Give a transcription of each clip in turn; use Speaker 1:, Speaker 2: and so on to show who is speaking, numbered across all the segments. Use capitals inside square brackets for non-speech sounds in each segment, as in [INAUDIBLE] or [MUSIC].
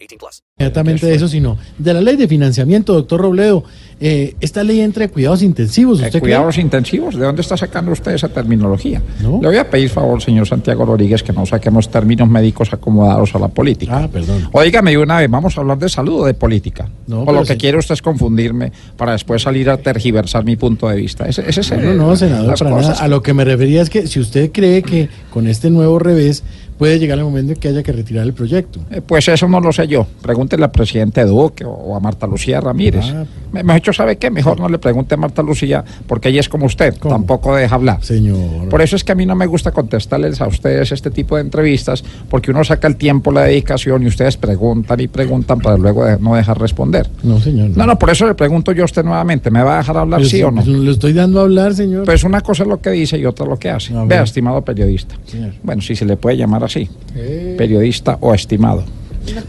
Speaker 1: 18 plus.
Speaker 2: Exactamente eso, sino de la ley de financiamiento, doctor Robledo, eh, esta ley entra en cuidados intensivos.
Speaker 3: Eh,
Speaker 2: Pues ¿Usted cree?
Speaker 3: cuidados intensivos, ¿de dónde está sacando usted esa terminología?
Speaker 2: No.
Speaker 3: Le voy a pedir favor, señor Santiago Rodríguez, que no saquemos términos médicos acomodados a la política.
Speaker 2: Ah, perdón.
Speaker 3: Oígame de una vez, vamos a hablar de salud o de política.
Speaker 2: No,
Speaker 3: o
Speaker 2: pero
Speaker 3: lo que
Speaker 2: se-
Speaker 3: quiere usted es confundirme para después salir a tergiversar mi punto de vista. Ese, ese es
Speaker 2: No,
Speaker 3: el-
Speaker 2: no, senador,
Speaker 3: las
Speaker 2: para
Speaker 3: cosas.
Speaker 2: nada. A lo que me refería es que si usted cree que con este nuevo revés puede llegar el momento en que haya que retirar el proyecto.
Speaker 3: Eh, Pues eso no lo sé yo. Pregúntele al presidente Duque o, o a Marta Lucía Ramírez.
Speaker 2: Ah.
Speaker 3: Me- Mejor hecho, ¿sabe qué? Mejor no le pregunte a Marta Lucía, porque ella es como usted,
Speaker 2: ¿Cómo?
Speaker 3: tampoco deja hablar.
Speaker 2: Señor.
Speaker 3: Por eso es que a mí no me gusta contestarles a ustedes este tipo de entrevistas, porque uno saca el tiempo, la dedicación, y ustedes preguntan y preguntan para luego de- no dejar responder.
Speaker 2: No, señor.
Speaker 3: No, no, por eso le pregunto yo a usted nuevamente, ¿me va a dejar hablar
Speaker 2: Pero
Speaker 3: sí
Speaker 2: si-
Speaker 3: o no?
Speaker 2: pues Le estoy dando a hablar, señor.
Speaker 3: Pues una cosa es lo que dice y otra lo que hace.
Speaker 2: A ver.
Speaker 3: Vea, estimado periodista.
Speaker 2: Señor.
Speaker 3: Bueno, si se le puede llamar así,
Speaker 2: Eh.
Speaker 3: periodista o estimado.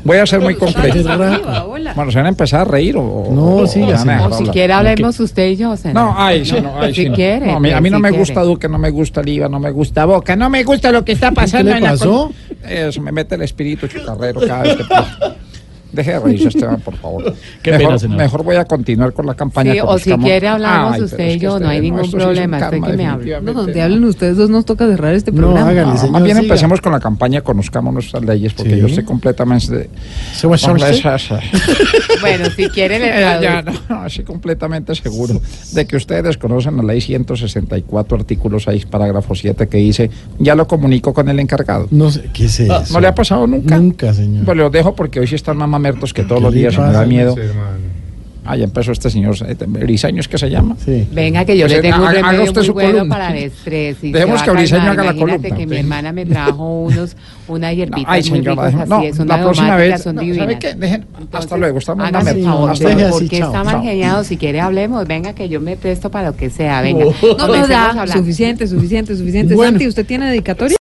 Speaker 3: Voy a
Speaker 4: [LAUGHS]
Speaker 3: ser muy
Speaker 2: Qué
Speaker 3: concreto.
Speaker 2: rata.
Speaker 3: Bueno, ¿se van a empezar a reír o...? o-
Speaker 2: No,
Speaker 3: o-
Speaker 2: siga,
Speaker 3: o van a
Speaker 2: señor.
Speaker 3: dejar
Speaker 2: O
Speaker 4: Si
Speaker 3: hablar?
Speaker 4: quiere
Speaker 3: Ok.
Speaker 4: hablemos usted y yo, Sena.
Speaker 3: No, ay, sí, no, ay,
Speaker 4: si
Speaker 3: sí, no.
Speaker 4: quiere.
Speaker 3: No, a mí, a mí no
Speaker 4: si
Speaker 3: me
Speaker 4: quiere.
Speaker 3: gusta Duque, no me gusta Liva, no me gusta Boca, no me gusta lo que está pasando
Speaker 2: le
Speaker 3: en la
Speaker 2: pasó?
Speaker 3: col- Eh, se me mete el espíritu chutarrero cada vez que puedo. Deje de reírse, Esteban, por
Speaker 2: [LAUGHS]
Speaker 3: favor.
Speaker 5: Qué
Speaker 3: mejor,
Speaker 5: pena, senador.
Speaker 3: mejor voy a continuar con la campaña.
Speaker 4: Sí,
Speaker 3: que
Speaker 4: o si
Speaker 3: buscamos.
Speaker 4: quiere hablamos
Speaker 3: Ay,
Speaker 4: usted
Speaker 3: pero es
Speaker 4: y
Speaker 3: que
Speaker 4: yo, no hay
Speaker 3: ustedes
Speaker 4: ningún
Speaker 3: esto sí es un
Speaker 4: problema. Estoy
Speaker 3: karma,
Speaker 4: que me hable.
Speaker 3: definitivamente.
Speaker 4: ustedes dos nos toca cerrar este
Speaker 2: No, hágale,
Speaker 3: No,
Speaker 2: señor.
Speaker 3: más bien
Speaker 2: siga.
Speaker 3: empecemos con la campaña, conozcamos nuestras leyes, porque
Speaker 2: Sí. Pues
Speaker 3: yo estoy completamente...
Speaker 2: ¿Se va a hacer [LAUGHS]
Speaker 4: Bueno, si quiere le
Speaker 3: Eh, [LAUGHS] ya,
Speaker 4: traduzco.
Speaker 3: no, no, estoy completamente seguro de que ustedes desconocen la ley 164, artículo 6, parágrafo 7, que dice, ya lo comunico con el encargado.
Speaker 2: No sé, ¿qué es eso?
Speaker 3: ¿No le ha pasado nunca?
Speaker 2: Nunca, señor.
Speaker 3: Pues los dejo porque hoy sí están más mamertos que todos
Speaker 2: ¿Qué
Speaker 3: los
Speaker 2: le
Speaker 3: días, me da
Speaker 2: pasa?
Speaker 3: miedo. Ah, ya empezó este señor, eh, Briseño es que se llama.
Speaker 2: Sí.
Speaker 4: Venga, que yo
Speaker 3: Pues,
Speaker 4: le tengo
Speaker 3: haga-
Speaker 4: un
Speaker 3: haga
Speaker 4: remedio
Speaker 3: usted
Speaker 4: muy
Speaker 3: su
Speaker 4: bueno
Speaker 3: columna.
Speaker 4: para el estrés. y
Speaker 3: Dejemos
Speaker 4: se va
Speaker 3: que
Speaker 4: a
Speaker 3: Briseño
Speaker 4: calmar.
Speaker 3: haga la
Speaker 4: Imagínate
Speaker 3: columna.
Speaker 4: que mi hermana me trajo unos,
Speaker 3: [LAUGHS]
Speaker 4: unas hierbitas
Speaker 3: Ay,
Speaker 4: muy
Speaker 3: señora,
Speaker 4: ricas
Speaker 3: déjeme-
Speaker 4: así.
Speaker 3: no,
Speaker 4: es una
Speaker 3: la próxima
Speaker 4: aromática,
Speaker 3: vez.
Speaker 4: son
Speaker 3: no,
Speaker 4: divinas.
Speaker 3: ¿Sabe qué? Dejen- hasta
Speaker 4: Entonces,
Speaker 3: luego, estamos
Speaker 4: hágase el
Speaker 3: mamertos.
Speaker 4: favor,
Speaker 3: hasta
Speaker 2: deje
Speaker 3: luego.
Speaker 2: así,
Speaker 4: porque
Speaker 2: chao,
Speaker 4: está mal
Speaker 3: chao.
Speaker 4: geniado. Si quiere, hablemos. Venga, que yo me presto para lo que sea. Venga,
Speaker 6: No, no
Speaker 4: comencemos a
Speaker 6: da.
Speaker 4: hablar.
Speaker 6: Suficiente, suficiente, suficiente.
Speaker 2: Pues, Bueno.
Speaker 6: Santi, ¿usted tiene dedicatoria?